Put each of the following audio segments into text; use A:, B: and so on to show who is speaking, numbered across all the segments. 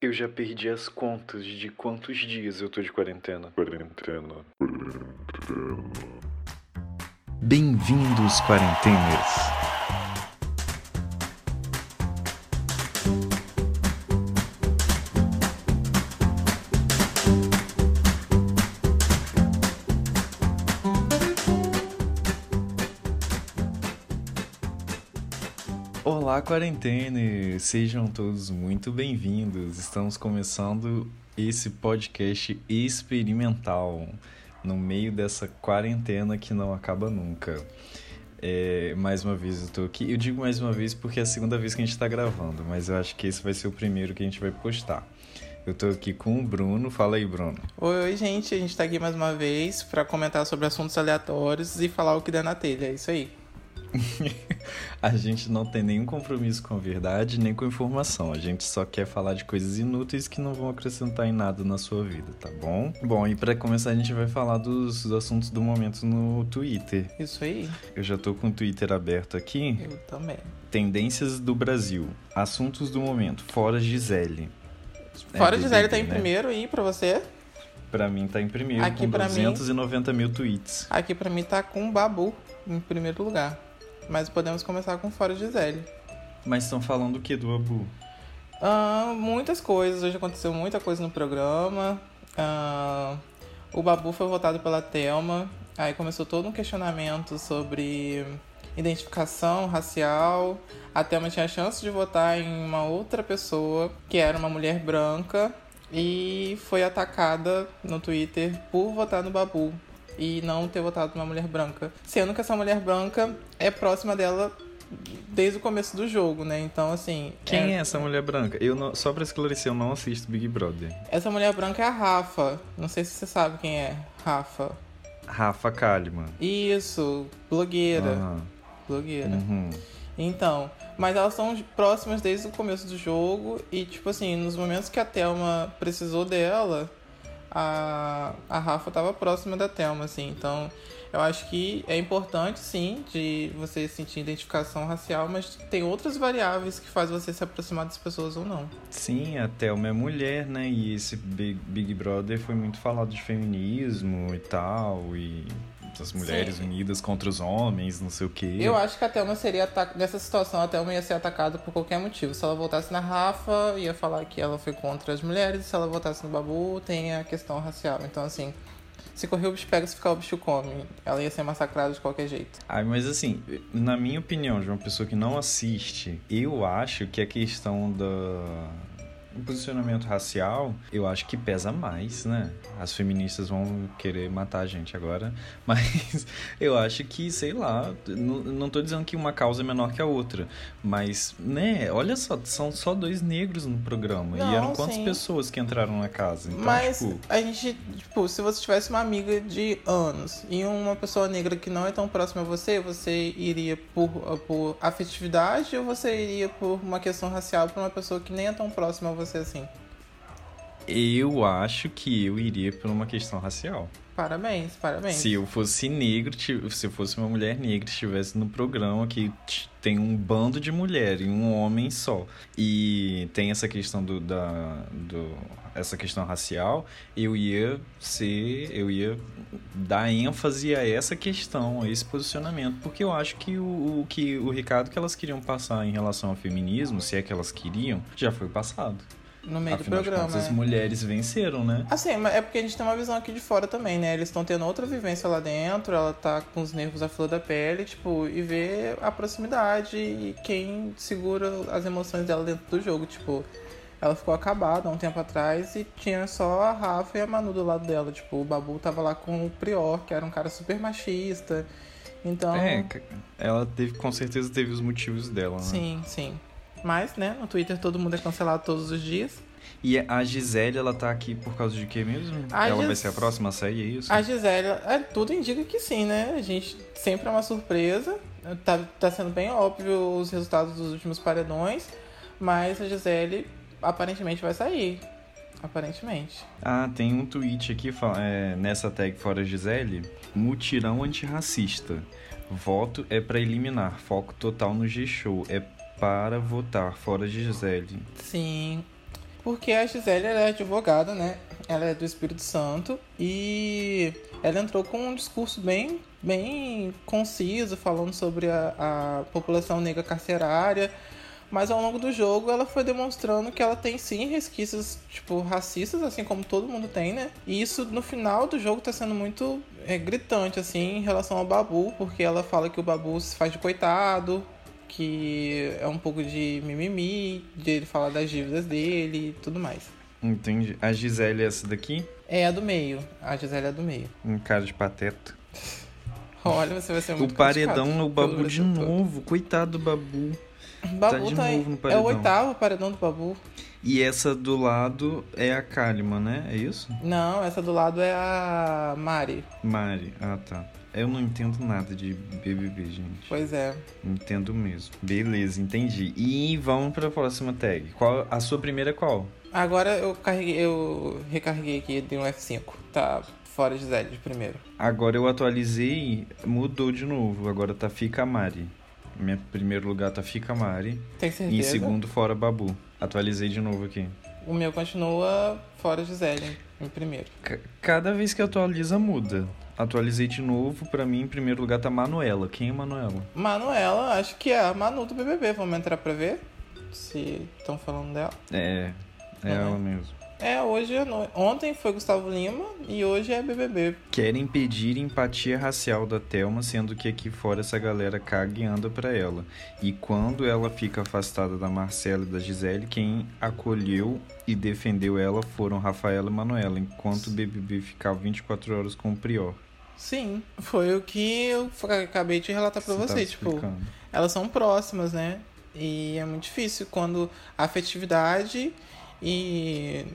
A: Eu já perdi as contas de quantos dias eu tô de quarentena.
B: Quarentena.
C: Bem-vindos, quarenteners! Olá, quarenteners! Sejam todos muito bem-vindos. Estamos começando esse podcast experimental no meio dessa quarentena que não acaba nunca. É, mais uma vez eu tô aqui. Eu digo mais uma vez porque é a segunda vez que a gente tá gravando, mas eu acho que esse vai ser o primeiro que a gente vai postar. Eu tô aqui com o Bruno. Fala aí, Bruno.
D: Oi, oi, gente, a gente tá aqui mais uma vez pra comentar sobre assuntos aleatórios e falar o que der na telha, é isso aí.
C: A gente não tem nenhum compromisso com a verdade nem com informação. A gente só quer falar de coisas inúteis que não vão acrescentar em nada na sua vida, tá bom? Bom, e pra começar a gente vai falar dos, dos assuntos do momento no Twitter.
D: Isso aí,
C: Eu já tô com o Twitter aberto aqui.
D: eu também.
C: Tendências do Brasil. Assuntos do momento. Fora Gisele. É,
D: Fora de Gisele tá em
C: né?
D: primeiro aí pra você.
C: Pra mim tá em primeiro
D: Aqui
C: com
D: pra mim-
C: 290 mil tweets.
D: Aqui pra mim tá com Babu em primeiro lugar. Mas podemos começar com Fora de Gisele.
C: Mas estão falando o que do Abu?
D: Ah, muitas coisas, hoje aconteceu muita coisa no programa. Ah, o Babu foi votado pela Thelma. Aí começou todo um questionamento sobre identificação racial. A Thelma tinha a chance de votar em uma outra pessoa, que era uma mulher branca, e foi atacada no Twitter por votar no Babu e não ter votado numa mulher branca. Sendo que essa mulher branca é próxima dela desde o começo do jogo, né? Então, assim.
C: Quem é essa mulher branca? Eu não- só pra esclarecer, eu não assisto Big Brother.
D: Essa mulher branca é a Rafa. Não sei se você sabe quem é. Rafa.
C: Rafa Kalimann.
D: Isso, blogueira.
C: Aham,
D: Blogueira.
C: Ah, uhum.
D: Então, mas elas são próximas desde o começo do jogo. E, tipo assim, nos momentos que a Thelma precisou dela, a, a Rafa tava próxima da Thelma, assim. Então, eu acho que é importante, sim, de você sentir identificação racial, mas tem outras variáveis que faz você se aproximar das pessoas ou não.
C: Sim, a Thelma é mulher, né? E esse Big, Big Brother foi muito falado de feminismo e tal, e das mulheres
D: Sim.
C: unidas contra os homens, não sei o quê.
D: Eu acho que a Thelma seria atac... nessa situação, a Thelma ia ser atacada por qualquer motivo. Se ela voltasse na Rafa, ia falar que ela foi contra as mulheres. Se ela voltasse no Babu, tem a questão racial. Então, assim, se correr o bicho pega, se ficar o bicho come. Ela ia ser massacrada de qualquer jeito.
C: Ah, mas assim, na minha opinião, de uma pessoa que não assiste, eu acho que a questão da- do posicionamento racial, eu acho que pesa mais, né? As feministas vão querer matar a gente agora, mas eu acho que, sei lá, não, não tô dizendo que uma causa é menor que a outra, mas, né, olha só, são só dois negros no programa,
D: Não,
C: e eram quantas
D: sim.
C: pessoas que entraram na casa? Então,
D: Mas
C: tipo,
D: a gente, tipo, se você tivesse uma amiga de anos e uma pessoa negra que não é tão próxima a você, você iria por, por afetividade ou você iria por uma questão racial pra uma pessoa que nem é tão próxima a você assim?
C: eu acho que eu iria por uma questão racial.
D: Parabéns, parabéns.
C: Se eu fosse negro, ti- se eu fosse uma mulher negra, estivesse no programa que t- tem um bando de mulher e um homem só, e tem essa questão do, da, do essa questão racial, eu ia ser, eu ia dar ênfase a essa questão, a esse posicionamento, porque eu acho que o, o que o recado que elas queriam passar em relação ao feminismo, se é que elas queriam, já foi passado.
D: No meio
C: Afinal
D: do programa.
C: de contas, as
D: é.
C: mulheres venceram, né?
D: Assim, mas é porque a gente tem uma visão aqui de fora também, né? Eles estão tendo outra vivência lá dentro, ela tá com os nervos à flor da pele, tipo, e vê a proximidade e quem segura as emoções dela dentro do jogo, tipo. Ela ficou acabada há um tempo atrás e tinha só a Rafa e a Manu do lado dela. Tipo, o Babu tava lá com o Prior, que era um cara super machista. Então.
C: É, ca- ela teve, com certeza teve os motivos dela, né?
D: Sim, sim. Mas, né, no Twitter todo mundo é cancelado todos os dias.
C: E a Gisele, ela tá aqui por causa de quê mesmo?
D: A
C: ela vai
D: Gis-
C: ser a próxima a sair, é isso?
D: A Gisele, é, tudo indica que sim, né? A gente sempre é uma surpresa. Tá, tá sendo bem óbvio os resultados dos últimos paredões, mas a Gisele aparentemente vai sair. Aparentemente.
C: Ah, tem um tweet aqui fala- é, nessa tag fora Gisele. Mutirão antirracista. Voto é pra eliminar. Foco total no G-Show. É para votar fora Gisele.
D: Sim. Porque a Gisele ela é advogada, né? Ela é do Espírito Santo e ela entrou com um discurso bem, bem conciso, falando sobre a, a população negra carcerária. Mas ao longo do jogo ela foi demonstrando que ela tem sim resquícios, tipo, racistas, assim como todo mundo tem, né? E isso no final do jogo tá sendo muito é, gritante, assim, em relação ao Babu, porque ela fala que o Babu se faz de coitado, que é um pouco de mimimi, de ele falar das dívidas dele e tudo mais.
C: Entendi. A Gisele é essa daqui?
D: É a do meio, a Gisele é a do meio.
C: Um cara de pateta.
D: Olha, você vai ser muito
C: o paredão
D: criticado
C: é o
D: pelo
C: Babu de
D: Brasil todo.
C: novo. Coitado do Babu.
D: Babu
C: de novo no
D: tá aí. É
C: paredão.
D: o oitavo paredão do Babu.
C: E essa do lado é a Kalima, né? É isso?
D: Não, essa do lado é a Mari.
C: Mari. Ah, tá. Eu não entendo nada de BBB, gente.
D: Pois é.
C: Entendo mesmo. Beleza, entendi. E vamos pra próxima tag. Qual, a sua primeira é qual?
D: Agora eu carreguei, eu recarreguei aqui, dei um F5. Tá fora Gisele de primeiro.
C: Agora eu atualizei, mudou de novo. Agora tá Fica Mari. Meu primeiro lugar tá Fica Mari.
D: Tem
C: E
D: certeza?
C: em segundo, Fora Babu. Atualizei de novo aqui.
D: O meu continua fora Gisele em primeiro.
C: C- cada vez que atualiza, muda. Atualizei de novo, pra mim, em primeiro lugar tá Manuela. Quem é Manuela?
D: Manuela, acho que é a Manu do BBB. Vamos entrar pra ver se estão falando dela.
C: É, é
D: Uhum.
C: ela mesmo.
D: É, hoje, à no- ontem foi Gustavo Lima e hoje é BBB.
C: Quer impedir empatia racial da Thelma, sendo que aqui fora essa galera caga e anda pra ela. E quando ela fica afastada da Marcela e da Gisele, quem acolheu e defendeu ela foram Rafaela e Manuela, enquanto o BBB ficava 24 horas com o Prior.
D: Sim, foi o que eu f- acabei de relatar pra você.
C: tava
D: tipo,
C: explicando.
D: elas são próximas, né? E é muito difícil quando a afetividade e,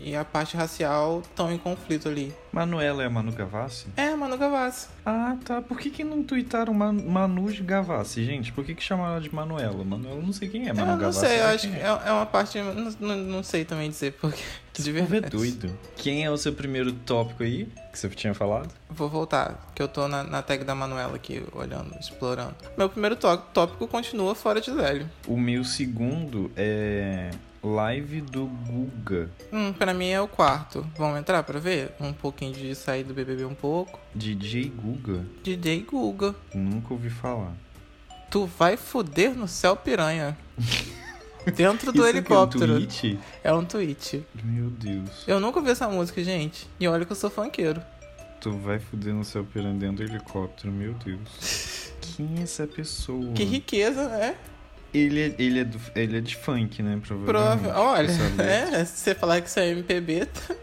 D: e a parte racial estão em conflito ali.
C: Manuela é a Manu Gavassi?
D: É, Manu Gavassi.
C: Ah, tá. Por que, que não tuitaram Man Manu de Gavassi, gente? Por que, que chamaram ela de Manuela? Manuela, não sei quem é. Manu
D: eu não
C: Gavassi,
D: sei, eu
C: ela
D: acho
C: quem
D: que
C: é.
D: é, é uma parte. Não, não, não sei também dizer, porque.
C: Esse povo é doido. Quem é o seu primeiro tópico aí? Que você tinha falado?
D: Vou voltar, que eu tô na, na tag da Manuela aqui, olhando, explorando. Meu primeiro tó- tópico continua fora de Zélio.
C: O meu segundo é live do Guga
D: Hum, pra mim é o quarto. Vamos entrar pra ver? Um pouquinho de sair do BBB um pouco.
C: DJ Guga.
D: DJ Guga.
C: Nunca ouvi falar.
D: Tu vai foder no céu piranha. Dentro
C: Isso aqui
D: do
C: É um
D: helicóptero.
C: tweet?
D: É um tweet.
C: Meu Deus.
D: Eu nunca ouvi essa música, gente. E olha que eu sou funkeiro.
C: Tu vai fuder no seu piranha dentro do helicóptero, meu Deus. Quem é essa pessoa?
D: Que riqueza, né?
C: Ele, é- ele, é do, ele é de funk, né? Provavelmente.
D: Prova. Olha,
C: Essa letra.
D: é, se você falar que isso é MPB, tá-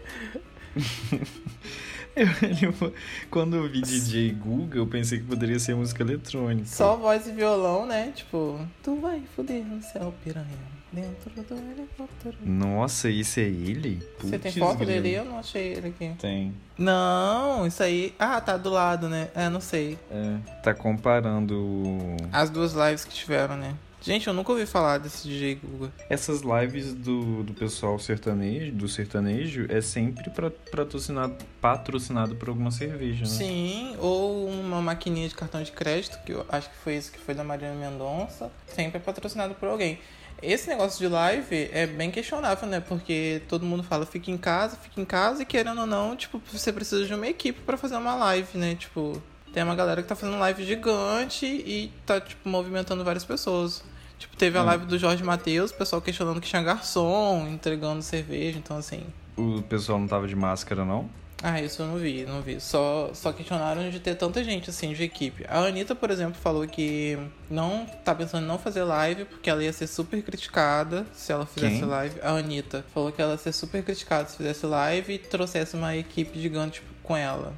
C: Eu- ele- quando eu vi DJ Guga, eu pensei que poderia ser música eletrônica.
D: só voz e violão, né? Tipo, tu vai foder no céu piranha. Dentro do helicóptero.
C: Nossa, isso é ele?
D: Você tem
C: Putz,
D: foto
C: grilo.
D: dele? Eu não achei ele aqui.
C: Tem.
D: Não, isso aí. Ah, tá do lado, né? É, não sei.
C: É, tá comparando. o-
D: As duas lives que tiveram, né? Gente, eu nunca ouvi falar desse DJ Guga.
C: Essas lives do, do pessoal sertanejo, do sertanejo, é sempre pra- patrocinado, patrocinado por alguma cerveja, né?
D: Sim, ou uma maquininha de cartão de crédito, que eu acho que foi isso que foi da Mariana Mendonça, sempre é patrocinado por alguém. Esse negócio de live é bem questionável, né? Porque todo mundo fala fica em casa, fica em casa, e querendo ou não, tipo, você precisa de uma equipe pra fazer uma live, né? Tipo, tem uma galera que tá fazendo live gigante e tá, tipo, movimentando várias pessoas. Tipo, teve a
C: Hum.
D: live do Jorge Matheus, o pessoal questionando que tinha garçom, entregando cerveja, então assim.
C: O pessoal não tava de máscara, não?
D: Ah, isso eu não vi, não vi. Só, só questionaram de ter tanta gente assim de equipe. A Anitta, por exemplo, falou que não tá pensando em não fazer live porque ela ia ser super criticada se ela fizesse
C: Quem?
D: live. A Anitta falou que ela ia ser super criticada se fizesse live e trouxesse uma equipe gigante com ela.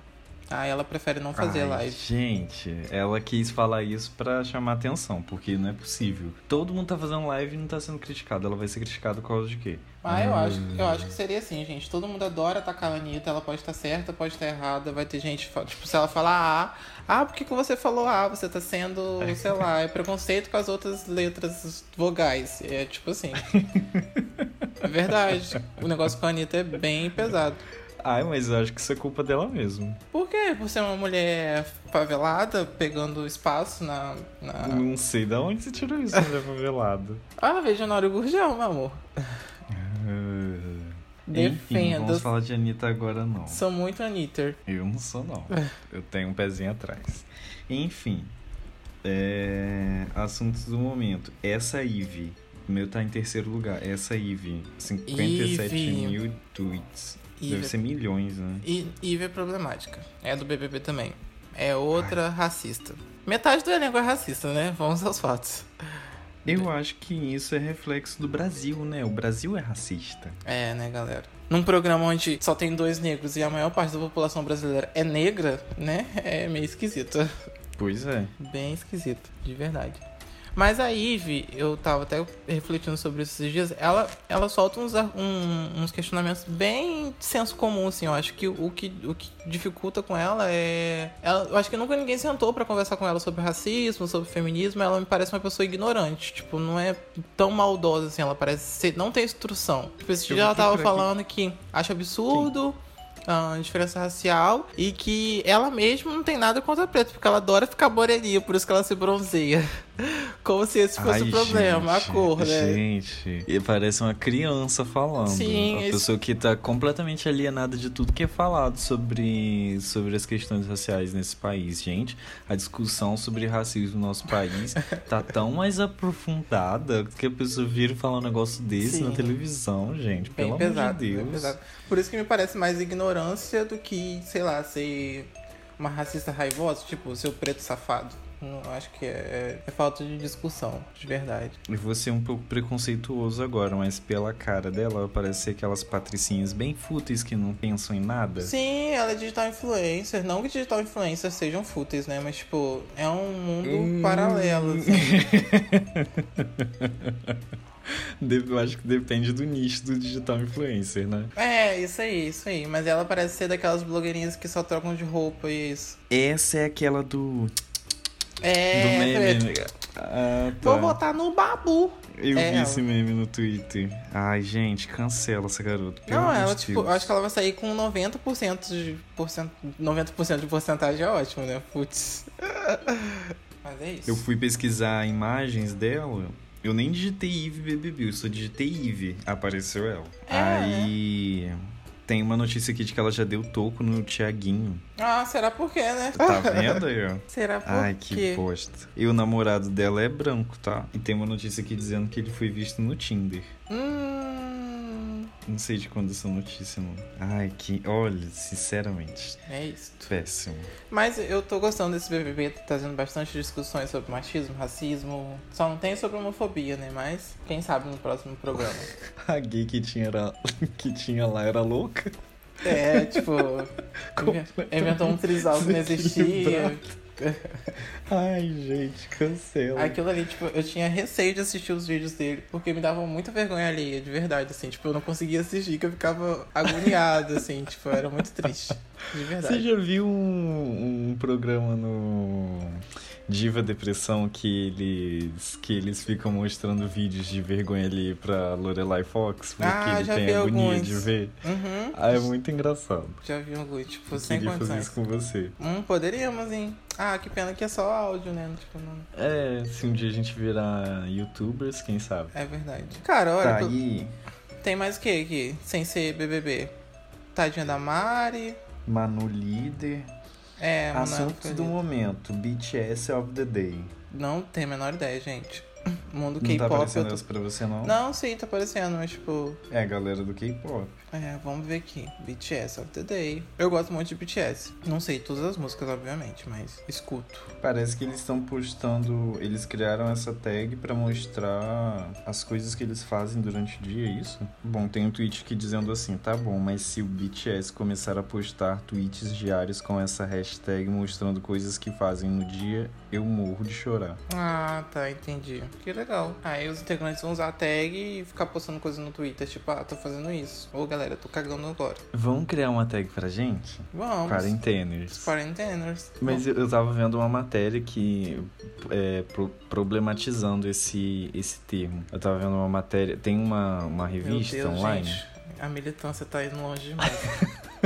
D: Aí ela prefere não fazer
C: Ai,
D: live.
C: Gente, ela quis falar isso pra chamar atenção, porque não é possível. Todo mundo tá fazendo live e não tá sendo criticado. Ela vai ser criticada por causa de quê?
D: Ah, eu acho, eu
C: Hum.
D: acho que seria assim, gente. Todo mundo adora atacar a Anitta, ela pode estar certa, pode estar errada, vai ter gente, fa- tipo, se ela falar A, ah, por que, que você falou A? você tá sendo, sei lá, é preconceito com as outras letras vogais. É tipo assim. É verdade. O negócio com a Anitta é bem pesado.
C: Ai, mas eu acho que isso é culpa dela mesmo.
D: Por quê? Por ser uma mulher favelada, pegando espaço na. na...
C: Não sei de onde você tirou isso, mulher favelada.
D: Ah, veja Nório Gurgel, meu amor.
C: Ah, Enfim, não vamos
D: Defenda.
C: falar de Anitta agora, não.
D: Sou muito Anitta.
C: Eu não sou, não. Eu tenho um pezinho atrás. Enfim. é, Assuntos do momento. Essa Eve. O meu tá em terceiro lugar. Essa Eve. 57
D: Ivy.
C: mil tweets. Deve
D: Ive.
C: ser milhões, né?
D: I- Ive é problemática. É do BBB também. É outra racista. Metade do elenco é racista, né? Vamos aos fatos.
C: Eu acho que isso é reflexo do Brasil, né? O Brasil é racista.
D: É, né, galera? Num programa onde só tem dois negros e a maior parte da população brasileira é negra, né? É meio esquisito.
C: Pois é.
D: Bem esquisito, de verdade. Mas a Ive, eu tava até refletindo sobre isso esses dias, ela, ela solta uns, ar- um- uns questionamentos bem de senso comum, assim. Eu acho que o que, o que dificulta com ela é. ela- eu acho que nunca ninguém sentou pra conversar com ela sobre racismo, sobre feminismo. Ela me parece uma pessoa ignorante. Tipo, não é tão maldosa assim. Ela parece ser, não tem instrução. Tipo, esse
C: Eu
D: dia
C: vou
D: ela tava
C: procurar aqui.
D: falando que acha absurdo a diferença racial e que ela mesma não tem nada contra preto, porque ela adora ficar moreninha, por isso que ela se bronzeia. Como se esse fosse
C: Ai,
D: o problema,
C: gente,
D: a cor, né?
C: Gente, e parece uma criança falando.
D: Sim,
C: uma
D: esse-
C: pessoa que tá completamente alienada de tudo que é falado sobre, sobre as questões raciais nesse país, gente. A discussão sobre racismo no nosso país tá tão mais aprofundada que a pessoa vira e fala um negócio desse na
D: Sim.
C: televisão, gente.
D: É Bem
C: pelo
D: pesado,
C: amor de
D: bem
C: Deus.
D: pesado. Por isso que me parece mais ignorância do que, sei lá, ser uma racista raivosa, tipo, seu preto safado. Não, acho que é, é falta de discussão, de verdade.
C: E vou ser um pouco preconceituoso agora, mas pela cara dela, ela parece ser aquelas patricinhas bem fúteis que não pensam em nada.
D: Sim, ela é digital influencer. Não que digital influencers sejam fúteis, né? Mas, tipo, é um mundo
C: Hum.
D: paralelo. assim.
C: Dep- Eu acho que depende do nicho do digital influencer, né?
D: É, isso aí, isso aí. Mas ela parece ser daquelas blogueirinhas que só trocam de roupa e isso.
C: Essa é aquela do.
D: É,
C: do meme, né?
D: Fred,
C: amiga. Ah, tá.
D: Vou votar no babu.
C: Eu
D: É
C: vi
D: ela.
C: esse meme no Twitter. Ai, gente, cancela essa garota. Pelo
D: Não,
C: amor
D: ela,
C: de
D: tipo,
C: Deus.
D: eu acho que ela vai sair com 90% de porcent... 90% de porcentagem é ótimo, né? Putz. Mas é isso.
C: Eu fui pesquisar imagens dela. Eu nem digitei Eve BBB, eu só digitei Eve. Apareceu ela.
D: É,
C: Aí. Tem uma notícia aqui de que ela já deu toco no Tiaguinho.
D: Ah, será por quê, né?
C: Tá vendo aí, ó?
D: Será por
C: Ai,
D: quê?
C: que bosta. E o namorado dela é branco, tá? E tem uma notícia aqui dizendo que ele foi visto no Tinder.
D: Hum.
C: Não sei de quando essa notícia, não. Ai, que. Olha, sinceramente,
D: É isso.
C: péssimo.
D: Mas eu tô gostando desse BBB, tá trazendo bastante discussões sobre machismo, racismo. Só não tem sobre homofobia, né? Mas quem sabe no próximo programa.
C: A gay que tinha, era... que tinha lá era louca.
D: É, tipo,
C: Completamente
D: inventou um trisal que não existia.
C: Ai, gente, cancela.
D: Aquilo ali, tipo, eu tinha receio de assistir os vídeos dele, porque me davam muita vergonha alheia, de verdade, assim. Tipo, eu não conseguia assistir, que eu ficava agoniado, assim. Tipo, era muito triste, de
C: Você
D: verdade.
C: já viu um, um programa no Diva Depressão que eles, que eles ficam mostrando vídeos de vergonha ali pra Lorelai Fox? Porque
D: Ah,
C: ele
D: já
C: tem
D: vi
C: agonia
D: alguns.
C: de ver.
D: Uhum,
C: Ah, é muito engraçado.
D: já vi algum, tipo,
C: Eu
D: sem
C: queria fazer isso
D: condições.
C: com você.
D: Hum, poderíamos, hein? Ah, que pena que é só áudio, né? Tipo, não...
C: É, se um dia a gente virar youtubers, quem sabe.
D: É verdade. Cara, olha,
C: Tá,
D: pelo-
C: e
D: tem mais o que aqui? Sem ser BBB? Tadinha da Mari.
C: Manu Líder.
D: É, mano.
C: Assuntos do momento, BTS of the Day.
D: Não tem a menor ideia, gente. Mundo
C: Não tá
D: K-pop. eu
C: aparecendo
D: tô-
C: essa pra você, não?
D: Não, sim, tá aparecendo, mas tipo.
C: É a galera do K-pop.
D: É, vamos ver aqui. BTS of the Day. Eu gosto muito de BTS. Não sei todas as músicas, obviamente, mas escuto.
C: Parece que eles estão postando. Eles criaram essa tag pra mostrar as coisas que eles fazem durante o dia, é isso? Bom, tem um tweet aqui dizendo assim: tá bom, mas se o BTS começar a postar tweets diários com essa hashtag mostrando coisas que fazem no dia, eu morro de chorar.
D: Ah, tá, entendi. Que legal. Aí os integrantes vão usar a tag e ficar postando coisa no Twitter, tipo, ah, tô fazendo isso. Ô, galera, tô cagando agora.
C: Vamos criar uma tag pra gente?
D: Vamos.
C: Quarenteners.
D: Quarenteners.
C: Mas eu eu tava vendo uma matéria que é, pro- problematizando esse, esse termo. Eu tava vendo uma matéria. Tem uma, uma
D: Meu
C: revista
D: Deus,
C: online.
D: gente, a militância tá indo longe demais.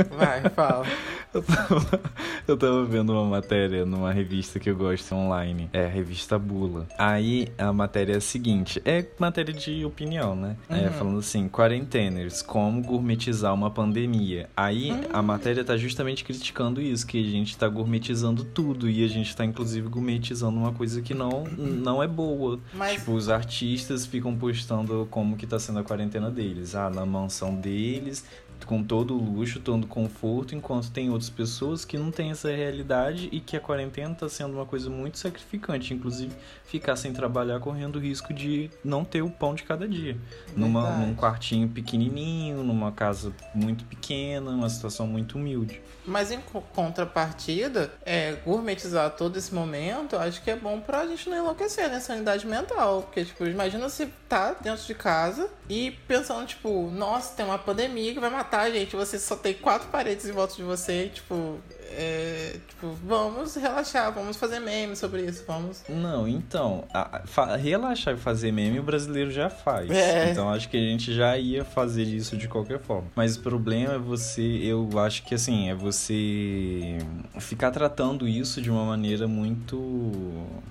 D: Vai, fala.
C: Eu tava, Eu tava vendo uma matéria numa revista que eu gosto online. É a revista Bula. Aí a matéria é a seguinte: é matéria de opinião, né? É falando assim: quarenteners, como gourmetizar uma pandemia. Aí a matéria tá justamente criticando isso, que a gente tá gourmetizando tudo. E a gente tá, inclusive, gourmetizando uma coisa que não, não é boa.
D: Mas-
C: Tipo, os artistas ficam postando como que tá sendo a quarentena deles. Ah, na mansão deles, com todo o luxo, todo o conforto, enquanto tem outras pessoas que não têm essa realidade e que a quarentena tá sendo uma coisa muito sacrificante. Inclusive, ficar sem trabalhar correndo o risco de não ter o pão de cada dia. Numa,
D: Verdade.
C: num quartinho pequenininho, numa casa muito pequena, uma situação muito humilde.
D: Mas em co- contrapartida, é, gourmetizar todo esse momento, eu acho que é bom pra gente não enlouquecer, né? Sanidade mental. Porque, tipo, imagina se tá dentro de casa e pensando, tipo, nossa, tem uma pandemia que vai matar a gente, você só tem quatro paredes em volta de você, e, tipo, é, tipo, vamos relaxar, vamos fazer memes sobre isso, vamos.
C: Não, então, a- a- fa- relaxar e fazer meme o brasileiro já faz.
D: É.
C: Então acho que a gente já ia fazer isso de qualquer forma. Mas o problema é você, eu acho que assim, é você ficar tratando isso de uma maneira muito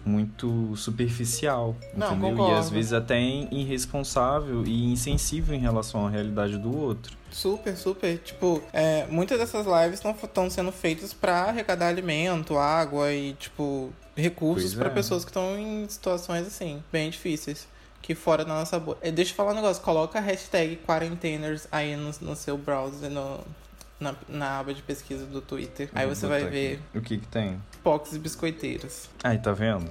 C: muito superficial,
D: Não,
C: entendeu? E
D: concordo.
C: às vezes até irresponsável e insensível em relação à realidade do outro.
D: Super, super. Tipo, é, muitas dessas lives estão sendo feitas pra arrecadar alimento, água e, tipo, recursos
C: Pois
D: pra
C: é.
D: pessoas que estão em situações, assim, bem difíceis. Que fora da nossa bolha. Eh, Deixa eu falar um negócio. Coloca a hashtag quarenteners aí no, no seu browser, no, na, na aba de pesquisa do Twitter. Aí
C: Vou
D: você
C: botar
D: vai
C: aqui.
D: ver
C: O que que tem?
D: pox e biscoiteiros.
C: Aí, tá vendo?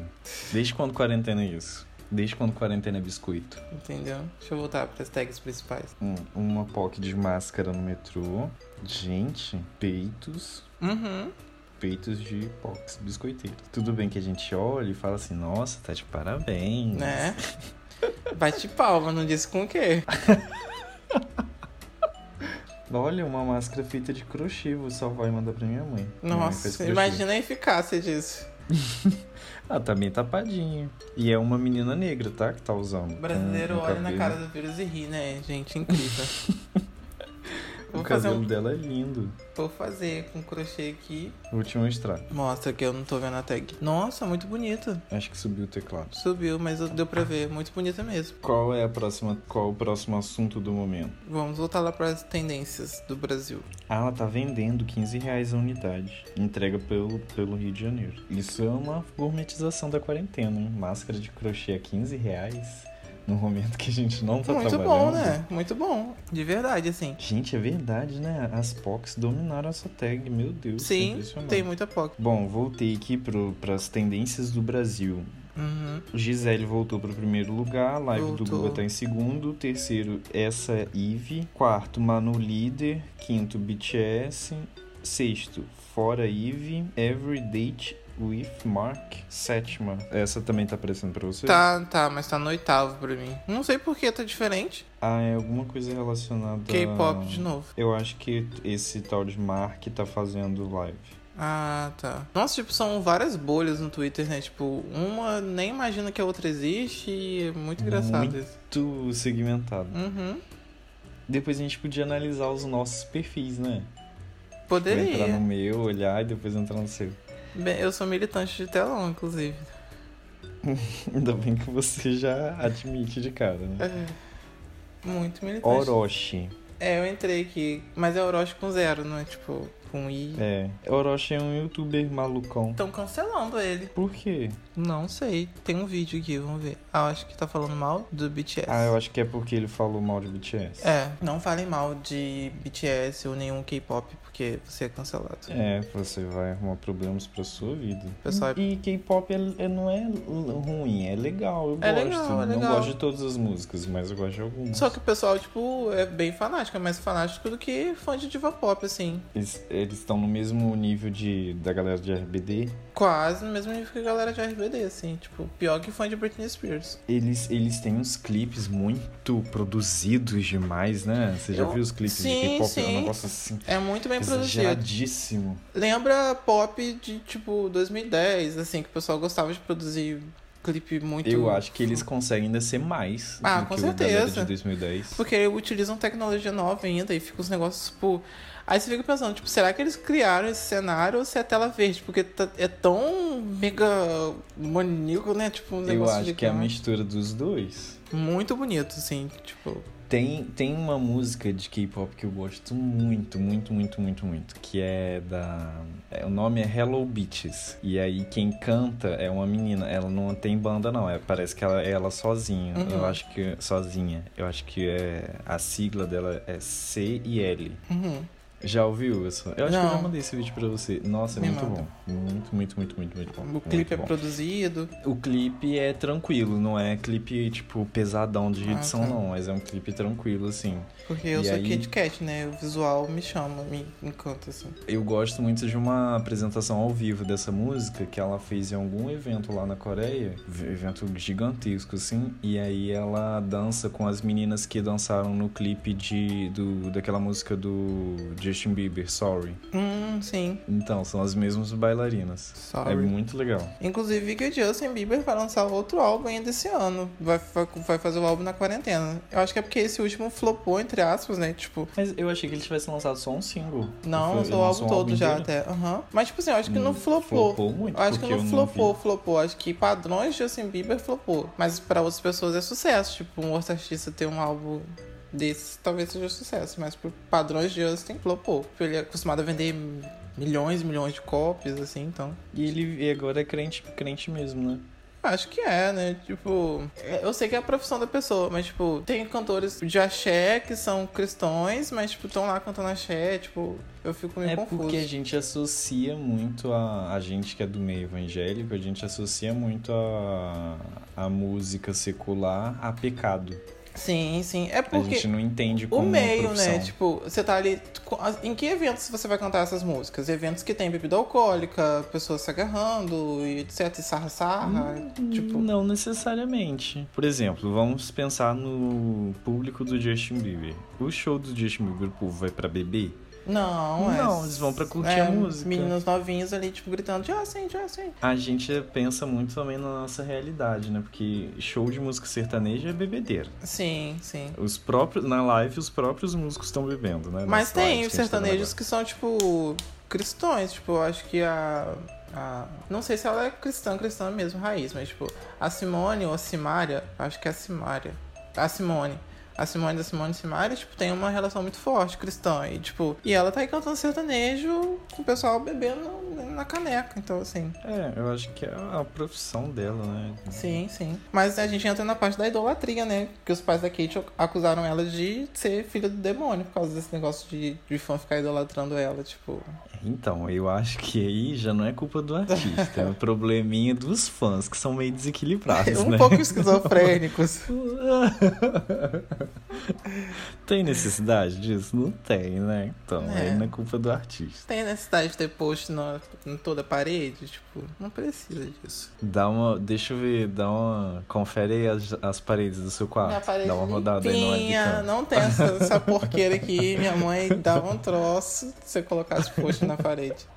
C: Desde quando quarentena é isso? Desde quando quarentena é biscoito?
D: Entendeu? Deixa eu voltar para as tags principais.
C: Hum, Uma POC de máscara no metrô. Gente, peitos.
D: Uhum.
C: Peitos de POCs biscoiteiros. Tudo bem que a gente olha e fala assim, nossa, tá de parabéns.
D: Né? Bate palma, não disse com o quê?
C: Olha, uma máscara feita de crochê, vou salvar e mandar pra minha mãe. Minha mãe fez
D: Nossa,
C: crochê.
D: imagina a eficácia disso.
C: Ah, tá bem tapadinho. E é uma menina negra, tá? Que tá usando.
D: O brasileiro
C: Um- um
D: olha na
C: cabelo-
D: cara do vírus e ri, né, gente? Incrível.
C: O
D: vou, fazer
C: cabelo
D: um,
C: dela é lindo.
D: vou fazer com crochê aqui.
C: Vou te mostrar.
D: Mostra que eu não tô vendo a tag. Nossa, muito bonito.
C: Acho que subiu o teclado.
D: Subiu, mas deu pra ver. Muito bonita mesmo.
C: Qual é a próxima. Qual o próximo assunto do momento?
D: Vamos voltar lá pras tendências do Brasil.
C: Ah, ela tá vendendo 15 reais a unidade. Entrega pelo, pelo Rio de Janeiro. Isso é uma gourmetização da quarentena, hein? Máscara de crochê a 15 reais no momento que a gente não tá
D: muito
C: trabalhando.
D: bom, né? Muito bom. De verdade, assim.
C: Gente, é verdade, né? As POCs dominaram essa tag, meu Deus.
D: Sim,
C: impressionante.
D: tem muita POC.
C: Bom, voltei aqui pro, pras tendências do Brasil.
D: Uhum.
C: Gisele voltou pro primeiro lugar, a live do
D: Voltou.
C: Guga tá em segundo, terceiro essa é Eve, quarto Manu Líder, quinto BTS, sexto Fora Eve, Every Date with Mark, sétima. Essa também tá aparecendo pra você?
D: Tá, tá, mas tá no oitavo pra mim. Não sei por que tá diferente.
C: Ah, é alguma coisa relacionada a-
D: K-pop de novo.
C: Eu acho que esse tal de Mark tá fazendo live.
D: Ah, tá. Nossa, tipo, são várias bolhas no Twitter, né? Tipo, uma nem imagina que a outra existe e é muito engraçado
C: Muito.
D: isso.
C: Tudo segmentado.
D: Uhum.
C: Depois a gente podia analisar os nossos perfis, né? Pra entrar no
D: Poderia.
C: meu, olhar e depois entrar no seu.
D: Bem, eu sou militante de telão, inclusive.
C: Ainda bem que você já admite de cara, né?
D: É. Muito militante.
C: Orochi.
D: É, eu entrei aqui, mas é Orochi com zero, não é tipo, com I.
C: É. Orochi é um youtuber malucão.
D: Estão cancelando ele.
C: Por quê?
D: Não sei. Tem um vídeo aqui, vamos ver. Ah, eu acho que tá falando mal do BTS.
C: Ah, eu acho que é porque ele falou mal de BTS.
D: É, não falem mal de BTS ou nenhum K-pop, porque você é cancelado.
C: É, você vai arrumar problemas pra sua vida.
D: Pessoal, é-
C: E K-pop é- é- não é l- ruim, é legal, eu
D: É
C: gosto.
D: legal, é
C: Não
D: legal.
C: gosto de todas as músicas, mas eu gosto de algumas.
D: Só que o pessoal, tipo, é bem fanático, é mais fanático do que fã de diva pop, assim.
C: Eles eles estão no mesmo nível de, da galera de RBD.
D: Quase no mesmo nível que a galera de RBD, assim. Tipo, pior que fã de Britney Spears.
C: Eles, eles têm uns clipes muito produzidos demais, né? Você já
D: Eu-
C: viu os clipes
D: Sim,
C: de K-pop? É um
D: sim.
C: negócio assim.
D: É muito bem produzido.
C: Exageradíssimo.
D: Lembra pop de, tipo, 2010, assim, que o pessoal gostava de produzir clipe muito.
C: Eu acho que eles conseguem ainda ser mais
D: Ah,
C: do
D: com
C: que o da década
D: certeza.
C: de 2010.
D: Porque utilizam tecnologia nova ainda e fica uns negócios, tipo. Aí você fica pensando, tipo, será que eles criaram esse cenário ou se é tela verde? Porque tá- é tão mega maníaco, né? Tipo, um
C: Eu
D: negócio
C: acho
D: de
C: que é a mistura dos dois.
D: muito bonito, assim, tipo.
C: Tem, tem uma música de K-pop que eu gosto muito, muito, muito, muito, muito. Que é da. é, o nome é Hello Beaches. E aí quem canta é uma menina. Ela não tem banda, não. É, parece que ela é ela sozinha.
D: Uhum.
C: Eu acho que. Sozinha. Eu acho que é. A sigla dela é C e L.
D: Uhum.
C: Já ouviu isso? Eu acho que eu já
D: Não.
C: mandei esse vídeo pra você. Nossa, é
D: Me
C: muito
D: manda.
C: bom. Muito, muito, muito, muito, muito bom.
D: O
C: Muito
D: clipe é
C: bom.
D: produzido.
C: O clipe é tranquilo, não é clipe, tipo, pesadão de
D: Ah,
C: edição,
D: tá.
C: não. Mas é um clipe tranquilo, assim.
D: Porque eu
C: E
D: sou
C: aí-
D: Kid Kat, né? O visual me chama, me encanta, assim.
C: Eu gosto muito de uma apresentação ao vivo dessa música que ela fez em algum evento lá na Coreia, v- evento gigantesco assim, e aí ela dança com as meninas que dançaram no clipe de do, daquela música do Justin Bieber, Sorry.
D: Hum, sim.
C: Então, são as mesmas bailarinas.
D: Sorry.
C: É muito legal.
D: Inclusive que o Justin Bieber vai lançar outro álbum ainda esse ano. Vai, vai, vai fazer o álbum na quarentena. Eu acho que é porque esse último flopou, entre aspas, né? Tipo,
C: Mas eu achei que ele tivesse lançado só um single.
D: não,
C: Ele
D: lançou o álbum
C: lançou um
D: todo já
C: inteiro.
D: até. Aham. Mas, tipo assim, eu acho que não
C: Hum,
D: flopou.
C: Flopou muito,
D: Eu acho que
C: porque
D: não
C: eu
D: flopou,
C: vi.
D: flopou. Acho que padrões de Justin Bieber flopou. Mas pra outras pessoas é sucesso. Tipo, um outro artista ter um álbum desse talvez seja sucesso. Mas por padrões de Justin, flopou. Porque ele é acostumado a vender milhões e milhões de cópias, assim, então.
C: E ele e agora é crente, crente mesmo, né?
D: Acho que é, né? Tipo, é- eu sei que é a profissão da pessoa, mas, tipo, tem cantores de axé que são cristãos, mas, tipo, estão lá cantando axé, tipo, eu fico meio
C: É
D: confuso.
C: porque a gente associa muito a, a gente que é do meio evangélico, a gente associa muito a, a música secular a pecado.
D: Sim, sim. É
C: A
D: porque
C: gente não entende
D: o
C: como
D: meio,
C: profissão.
D: né? Tipo, você tá ali. com- Em que eventos você vai cantar essas músicas? Eventos que tem bebida alcoólica, pessoas se agarrando, e etc. E sarra-sarra. tipo.
C: Hum, Não necessariamente. Por exemplo, vamos pensar no público do Justin Bieber. O show do Justin Bieber, o povo vai pra beber?
D: Não, é.
C: Não, eles vão pra curtir
D: é,
C: a música.
D: Meninos novinhos ali, tipo, gritando, Justin, Justin.
C: A gente pensa muito também na nossa realidade, né? Porque show de música sertaneja é bebedeira.
D: Sim, sim.
C: Os próprios, na live, os próprios músicos estão bebendo, né? Nas
D: Mas tem
C: lives que a gente tá
D: sertanejos que são, tipo, cristões. Tipo, eu acho que a, a- Não sei se ela é cristã, cristã mesmo, raiz, mas, tipo, a Simone ou a Simária, acho que é a Simária. A Simone. A Simone da Simone Simária, tipo, tem uma relação muito forte cristã. E, tipo, e ela tá aí cantando sertanejo com o pessoal bebendo na caneca. Então, assim,
C: É, eu acho que é a profissão dela, né?
D: sim, sim. Mas a gente entra na parte da idolatria, né? Que os pais da Kate acusaram ela de ser filha do demônio por causa desse negócio de, de fã ficar idolatrando ela, tipo.
C: Então, eu acho que aí já não é culpa do artista, é um probleminha dos fãs, que são meio desequilibrados,
D: um
C: né?
D: pouco esquizofrênicos.
C: tem necessidade disso? Não tem, né? Então,
D: É.
C: aí não é culpa do artista.
D: Tem necessidade de ter post na, em toda a parede? Tipo, não precisa disso.
C: Dá uma. Deixa eu ver, dá uma. Confere aí as, as paredes do seu quarto.
D: Minha parede
C: dá uma rodada
D: limpinha,
C: aí no
D: não tem essa, essa porqueira aqui. Minha mãe dava um troço se você colocasse post na parede.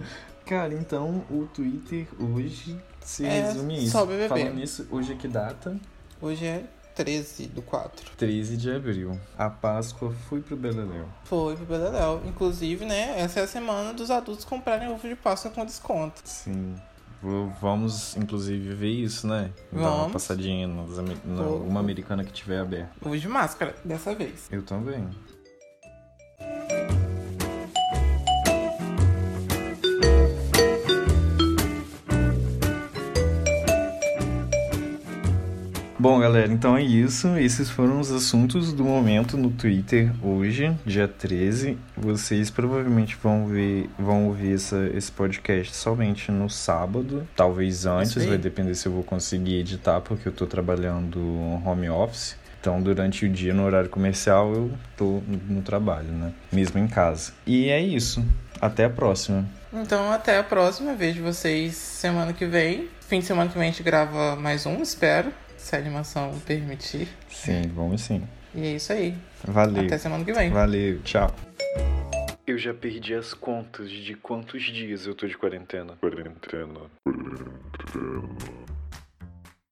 C: Cara, então o Twitter hoje se
D: É,
C: resume a isso.
D: só BBB.
C: Falando nisso, hoje é que data?
D: Hoje é 13 do 4.
C: 13 de abril. A Páscoa foi pro Beleléu.
D: Foi pro Beleléu. Inclusive, né, essa é a semana dos adultos comprarem ovo de Páscoa com desconto.
C: Sim. V- Vamos, inclusive, ver isso, né? Dar uma
D: Vamos.
C: passadinha nos, ame- na
D: Vou.
C: alguma americana que tiver aberta.
D: Ovo de máscara, dessa vez.
C: Eu também. Bom, galera, então é isso. Esses foram os assuntos do momento no Twitter hoje, dia 13. Vocês provavelmente vão ver, vão ouvir essa- esse podcast somente no sábado, talvez antes,
D: aí.
C: vai depender se eu vou conseguir editar, porque eu tô trabalhando home office. Então, durante o dia, no horário comercial, eu tô no no trabalho, né? Mesmo em casa. E é isso. Até a próxima.
D: Então, até a próxima. Vejo vocês semana que vem. Fim de semana que vem a gente grava mais um, espero, se a animação permitir.
C: Sim, vamos sim.
D: E é isso aí.
C: Valeu.
D: Até semana que vem.
C: Valeu, tchau.
A: Eu já perdi as contas de quantos dias eu tô de quarentena. Quarentena. Quarentena.